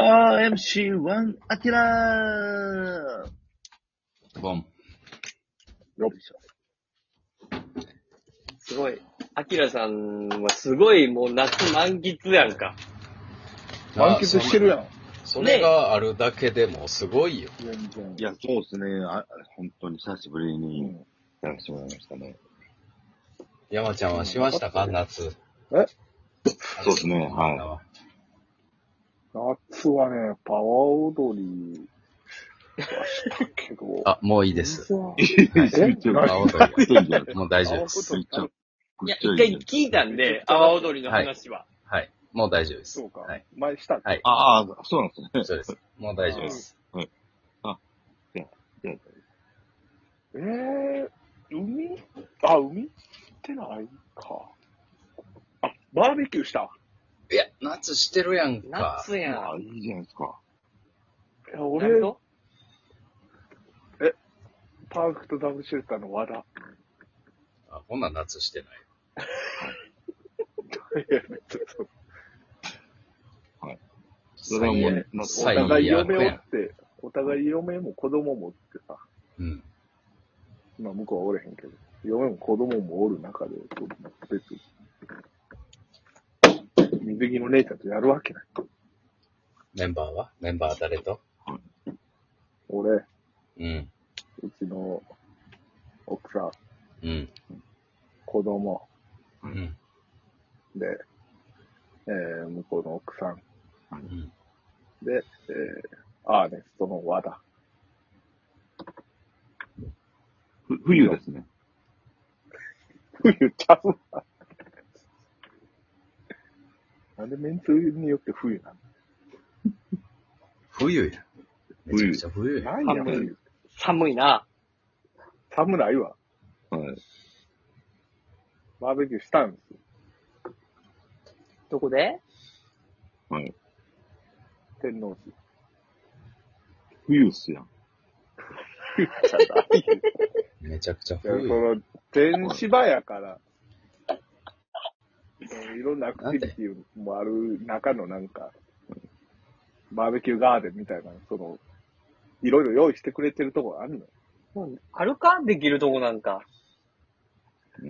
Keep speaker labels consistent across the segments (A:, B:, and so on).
A: 4MC1 アキラー
B: ボン。
A: よいしょ
C: すごい。アキラさんはすごいもう夏満喫やんか。
A: 満喫してるやん。
D: それがあるだけでもすごいよ。
A: 全然
E: い。や、そうですね。あ本当に久しぶりにやらせてもらいましたね。
D: 山ちゃんはしましたか夏。。
A: え
E: そうですねはい
A: 夏はね、パワー踊りはしたけ ど。
D: あ、もういいです。
A: え
D: あ
A: 何
D: 青鳥
E: めっちゃいいじゃん
D: もう大丈夫で
A: 青鳥
D: す。
E: めっちゃ
C: い
E: め
C: や
E: っ、ちゃ
C: 一
E: いいじ
C: 回
E: ゃん
C: 聞いたんで、阿波踊りの話は。
D: はい。もう大丈夫です。
A: そうか
D: はい。
A: 前したっけ
D: はい
E: ああ、そうなんですね。
D: そうです。もう大丈夫です。
A: えー、海あ、海ってないか。あ、バーベキューした。
D: いや、夏してるやんか。
C: 夏や
E: あ
C: ん。
E: あ、いいじゃないですか。
A: いや俺、
C: 何と
A: パークとダブシェルターの和田。
D: あ、こんなん夏してない。
A: いやめっちゃそう
E: それはもう、な
A: お
D: 最悪
A: 互い嫁おって、お互い嫁も子供もってさ、
D: うん。
A: まあ向こうはおれへんけど、嫁も子供もおる中で、別に、水着の姉ちゃんとやるわけない。
D: メンバーはメンバーは誰と
A: 俺、う
D: うん。
A: ちの奥さん、
D: うん。
A: 子供
D: うん。
A: で、えー、向こうの奥さん
D: うん。
A: で、えー、アーネストの和田。
E: ふ冬ですね。
A: 冬ちゃうわ。なんでメンツによって冬な
D: 冬や。めちゃくちゃ冬や。
A: のないやん、冬。
C: 寒いな。
A: 寒ないわ。
E: はい。
A: バーベキューしたんですよ。
C: どこで
E: はい。
A: 天王寺。
E: 冬っすやん。
D: めちゃくちゃ
A: いや、そ
D: 冬や。
A: の、全芝やから、いろんなアクティビティもある中のなんか、バーベキューガーデンみたいな、その、いろいろ用意してくれてるとこあんのよ。
C: あるかできるとこなんか。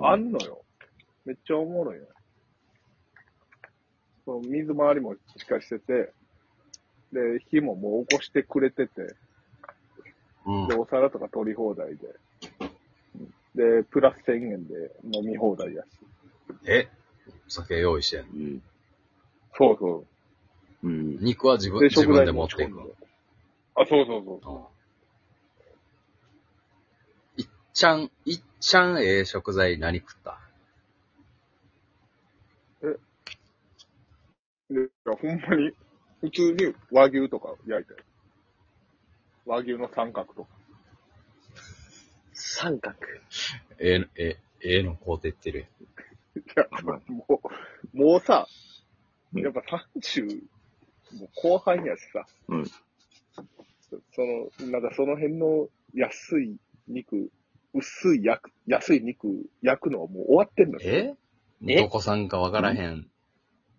A: あんのよ。めっちゃおもろいよ。その水回りもしっかりしてて、で、火ももう起こしてくれてて、
D: うん
A: で、。お皿とか取り放題で。で、プラス1000円で飲み放題やし。
D: えお酒用意してんの
E: うん。
A: そうそ
E: うん。
D: 肉は自
A: う。
D: 分、自分で持っていく
A: 食材
D: の
A: 持ち込んで。あ、そうそうそう。
D: いっちゃん、いっちゃんええ食材何食った
A: で、ほんまに、普通に和牛とか焼いて。和牛の三角とか。
C: 三角。
D: ええの、ええ、ええの買うてってる
A: いや、もう、もうさ、やっぱ30、もう後半やしさ。
E: うん
A: そその、なんかその辺の安い肉、薄い焼く、安い肉焼くのはもう終わってんのよ。
D: やん。え
C: え
D: どこさんかわからへん、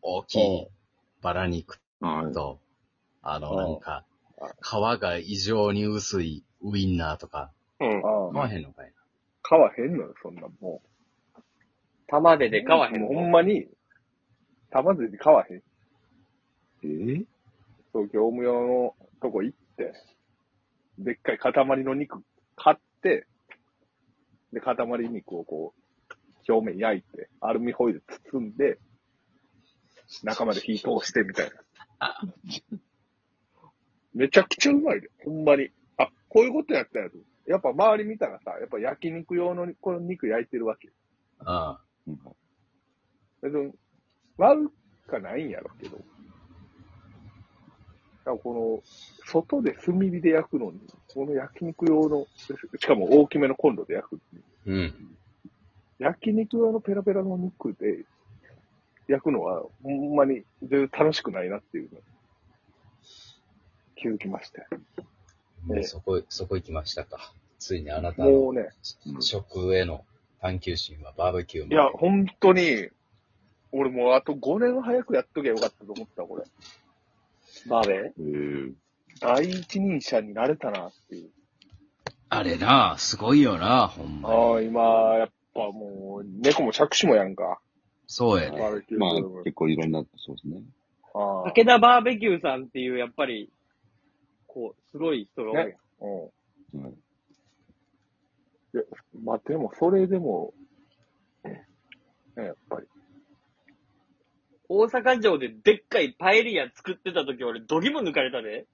D: 大きいバラ肉
E: はい。
D: と、あの、
A: うん
D: なんか、皮が異常に薄いウインナーとか、
C: うん。
D: 買
A: ああ
D: わへんのかい
A: 買わへんのよ、そんなんもう。
C: 玉でで買わへん
A: もうほ
C: の。
A: んまに、玉釣り買わへん。
E: えー
A: そう、業務用のとこ行って、でっかい塊の肉買って、で、塊肉をこう、表面焼いて、アルミホイル包んで、中まで火通してみたいな。 めちゃくちゃうまいで、ほんまに。あ、こういうことやったやつ。やっぱ周り見たらさ、やっぱ焼肉用のこの肉焼いてるわけ。
D: な。
E: うん
A: 別に、悪かないんやろうけど。だからこの、外で炭火で焼くのに、この焼肉用の、しかも大きめのコンロで焼く。
D: うん。うん。
A: 焼肉用のペラペラの肉で焼くのは、ほんまに全然楽しくないなっていうのを気づきまして。
D: もう
A: ええ
D: そこ、そこ行きましたか。ついにあなた
A: も
D: の
A: うね、
E: うん
D: 食への探求心はバーベキューも。
A: いや、本当に、俺もうあと5年早くやっときゃよかったと思った、これ。
C: バーベ
E: うん。
A: 第一人者になれたなっていう。
B: あれな、すごいよな、ほんま
A: あ
B: に。
A: あ、今、やっぱもう、猫も着手もやんか。
B: そうやね。
A: バーベキュー
E: まあ
A: ブーム、
E: 結構いろんな、そうですね。
A: ああ
C: 武田バーベキューさんっていう、やっぱり、こう、すごい人が多いやん
A: ねう
E: はい
A: ん。まあでも、それでも、ね、やっぱり。
C: 大阪城ででっかいパエリア作ってた時、俺、ドギも抜かれ たで。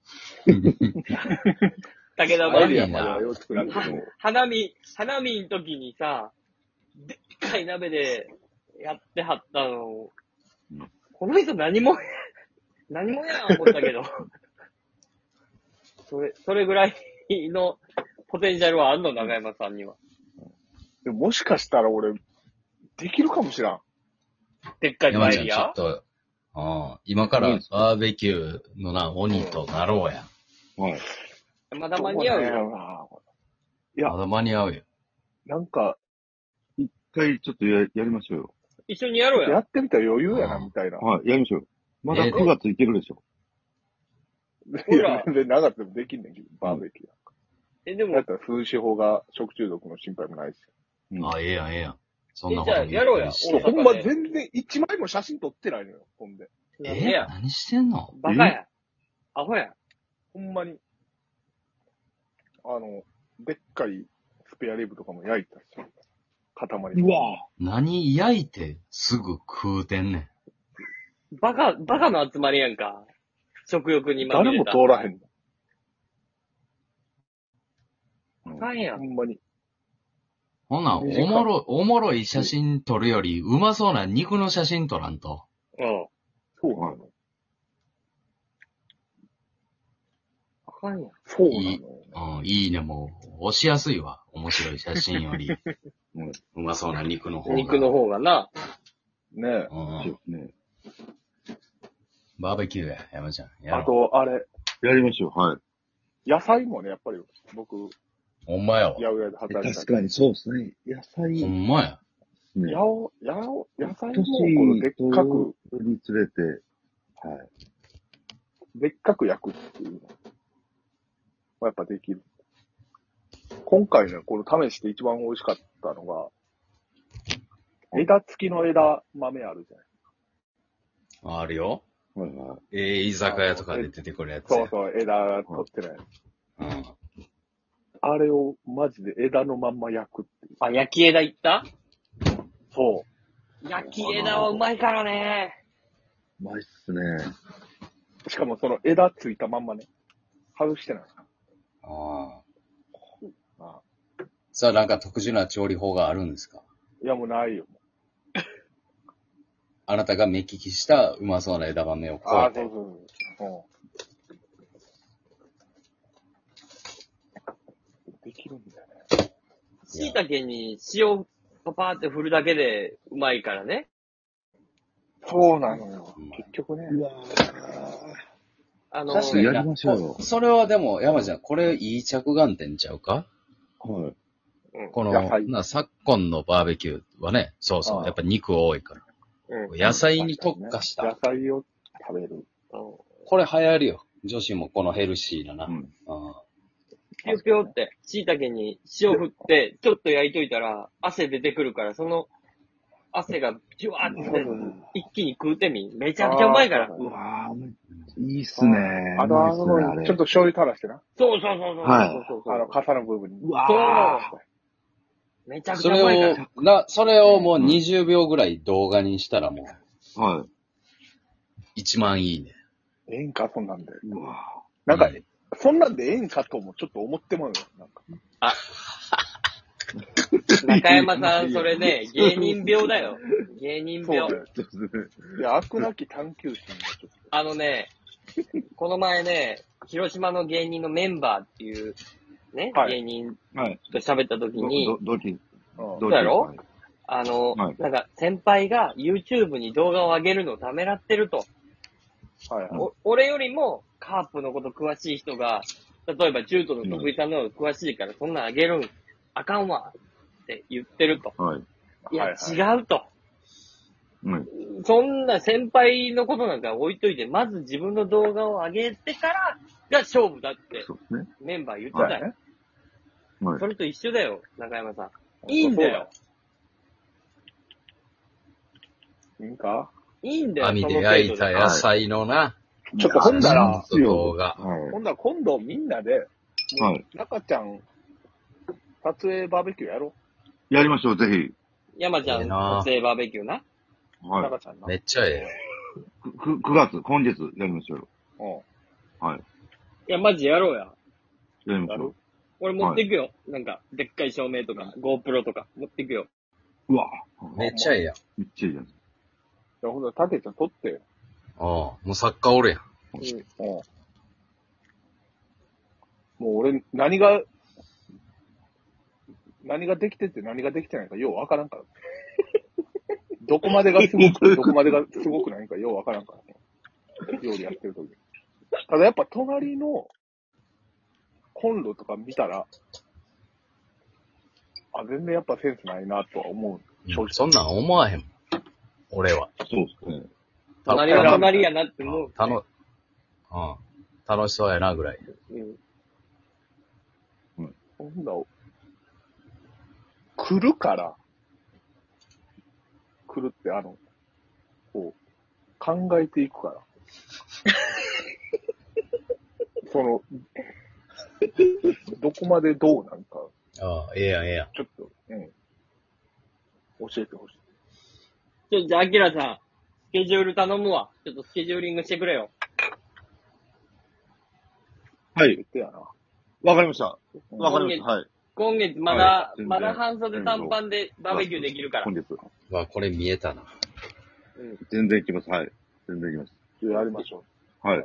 C: 武田バ
A: パ
C: ー
A: エ
C: ベ
A: リ
C: キュ
A: ア
C: ー
A: ま
C: さ
A: で
C: ん
A: は。よく作らんけど。
C: 花見、花見の時にさ、でっかい鍋でやってはったのを
E: うん
C: この人何も、 何もやん思ったけど、 それ、それぐらいのポテンシャルはあんの、長山さんには。
A: でももしかしたら俺、できるかもしらん。
C: でっかい
D: 山
C: パ
D: ち
C: エ
D: ゃん、
C: リ
D: ちょ
C: ア
D: っ。と、うん今からバーベキューのな、鬼となろうや。
E: はい。
C: まだ間に合うよ。
A: よ。いや
D: まだ間に合うよ。
A: なんか、
E: 一回ちょっとややりましょうよ。
C: 一緒にやろう
A: や
C: や。
A: ってみたら余裕やな、
D: うん
A: みたいな。
E: はい、やりましょうよ。まだ
D: えー
E: 9月いけるでしょ。
A: い
C: ほ
A: や
C: ら
A: 全然なかったらできんねんけど、バーベキュー。
C: え、で
A: だ
C: も
A: っ、たら数字法が食中毒の心配もないし。
E: うん
D: あ、ええやん、ええやん。そんなこと
C: えじゃあやろうや
D: いいし
C: そう
A: ほんま全然一枚も写真撮ってないのよ、ほんで。
C: なんで
D: え
C: や。
D: 何してんの
C: バカや。アホや。
A: ほんまに。あの、でっかいスペアリブとかも焼いたし、塊の。
D: 何焼いてすぐ食うてんねん。
C: バカ、バカの集まりやんか。食欲にまみ
A: 誰
C: れ
A: も
C: た。
A: 通らへん
C: あかんや
A: の。
C: ん
A: ほ。んまに。
D: ほな、お
A: 短い
D: もろい、おもろい写真撮るより、うまそうな肉の写真撮らんと。
C: うん。
A: そうなの。
C: あかんやん。
A: そうなのよ。
D: うん、いいね、もう、押しやすいわ。面白い写真よ り。
E: うん
D: うまそうな肉の方が。
C: 肉の方がな。
A: ねえ。
D: うん
E: そうですね。
D: バーベキューや、山ちゃん。や
A: あ
D: ろう。
A: と、あれ、
E: やりましょう、はい。
A: 野菜もね、やっぱり僕、
D: ほんまやわ。
A: 八百屋で働いてた。
E: かにそうですね。野
D: ほ
E: 菜、
D: んまや。
E: ね
A: やお、やお、野菜もこの
E: 年
A: でっかく、
E: につれて、はい。
A: でっかく焼くっていうのまあやっぱできる。今回ね、この試して一番美味しかったのが、枝付きの枝豆あるじゃない。
D: あるよ。
E: はいはい。
D: ええ居酒屋とかで出てくるやつや。
A: そうそう、枝が取ってない。
D: うん。
A: あれをマジで枝のまんま焼くっていう。
C: あ、焼き枝いった
A: そ
C: 焼き枝はうまいからね。
E: うまいっすね。
A: う。しかもその枝ついたまんまね、外してない。
D: ああ。
A: あ
D: さあ、なんか特殊な調理法があるんですか
A: いやもうないよ。
D: あなたが目利きしたうまそうな枝豆をこ
A: ああ、
D: う
A: そう
D: やっ
A: そうそう。うん。できるんだよね。
C: 椎茸に塩パパーって振るだけでうまいからね。
A: そうなのよ
D: うん。
A: 結局ね。
C: あの、
A: 確か
E: やりましょう
D: て。それはでも、山ちゃん、これいい着眼点ちゃうか
E: よ。はい。
C: うん
D: こ
A: 野
D: の、
A: 菜
D: な、昨今のバーベキューはね、そうそ
A: あ
D: う、
A: あ
D: やっぱ肉多いから。
C: うん
D: 野菜に特化し
A: 野
D: た。
A: 菜を食べる。
C: うん
D: これ流行るよ。女子もこのヘルシーなな。
E: う
D: うん
E: ん。
C: ピュピュって、椎茸に塩振って、ちょっと焼いといたら、汗出てくるから、その、汗がジュワーって出て一気に食うてみ。めちゃくちゃうまいから。
A: あー
C: そ
E: う
C: う
E: わぁ、いいっす
A: す
E: ね
A: ね。あの、あの、ちょっと醤油垂らしてな。
C: そうそうそうそう。
E: はい
C: そうそう
A: あの、
C: そう
A: 傘の部分に。
E: うわ
C: ぁめちゃくち
D: そ
C: ゃう
D: れ
C: まいから。
D: を、な、それをもう20秒ぐらい動画にしたらも
E: ぁ。は
D: う、1万いいね。
A: ええんか、そんなんで。
E: い。うわ
A: なんか
D: う、ん
A: そんなんでええんかともちょっと思ってもらうよ。なんか。
C: 中山さん、それね、芸人病だよ。芸人
A: そうだ
C: 病。
A: よ。
E: ぁ。ちょっとね。
A: いや、悪なき探求心がちょっ
C: あのね、この前ね、広島の芸人のメンバーっていう、ね、
A: はい
C: 芸人
E: はい。
C: と喋った時に
E: ど、、ど、同期、
A: と。
E: 同
A: う
E: 期。
A: ん
C: うだろ
E: はい
C: あの、
E: はい
C: なんか先輩が YouTube に動画を上げるのをためらってると。
A: はいはい。
C: お俺よりもカープのこと詳しい人が、例えば中途の徳井さんの方が詳しいから、そんなんあげるん、あかんわって言ってると。
E: はい。
C: いや、
A: はいはい
C: 違うと。
E: はい。
C: そんな先輩のことなんか置いといて、まず自分の動画を上げてからが勝負だって
E: そうですね。
C: メンバー言って
A: そう
C: た
A: だ
C: よ。
A: ね。
E: はい
C: そ。れと一緒だよ、中山さん。いいんだよ。
A: いいんか
C: いいんだよ、
D: 網
C: そ
D: で
C: の
D: 焼いた
C: 程度
D: 野菜のな、
A: ちょっとほんだら、
D: そう動
E: は
D: 画。
A: ほんだら今度みんなで、
E: い。はい。
A: 中ちゃん、撮影バーベキューやろ
E: やりましょう、ぜひ。
C: で山ちゃ
D: ええ
C: ん、
D: な
C: 撮影バーベキューな。
A: う。
E: はい
A: 中ちゃんな。
D: めっちゃええ。
E: く。く9月、今月、やりましょうよ。
A: う
E: はい。
C: いや、マジやろうや。
E: やり
A: ん。
E: ま
A: や
E: しょ
A: る
E: う。
C: 俺持ってくよ。なんか、でっかい照明とか、GoPro とか、持ってくよ。
E: うわ。
D: めっちゃええやん。
E: めっちゃいいじゃん。
A: いや、ほんだらたけちゃん撮ってよ。
D: ああ、もう作家おるやん。
A: うん。もう俺、何が、何ができてて何ができてないかようわからんから。どこまでがすごくて、どこまでがすごくないかようわからんからね。料理やってるとき。ただやっぱ隣のコンロとか見たら、あ、全然やっぱセンスないなとは思
D: うんそんなん思わへんもん。俺は。
E: そうですね。
C: 隣は隣やなって思う。
D: 楽、うん。楽しそうやなぐらい。
C: うん。
A: う。ほんだら来るから、来るってあの、こう、考えていくから。 その、どこまでどうなんか、
D: ああ、ええやん、ええやん。
A: ちょっと、うん。教えてほしい。
C: ちょ、じゃあ、アキラさん、スケジュール頼むわ。ちょっとスケジューリングしてくれよ。
E: はい。
A: 言ってやな。
E: わかりました。
A: うん
E: わかりました。はい。
C: 今月まだ
E: は、い
C: まだ半袖短パンでバーベキューできるから
E: 今。月。
D: まあ、これ見えたな。
E: 全然行きます。はい。全然行きます。
A: やりましょ
E: はい。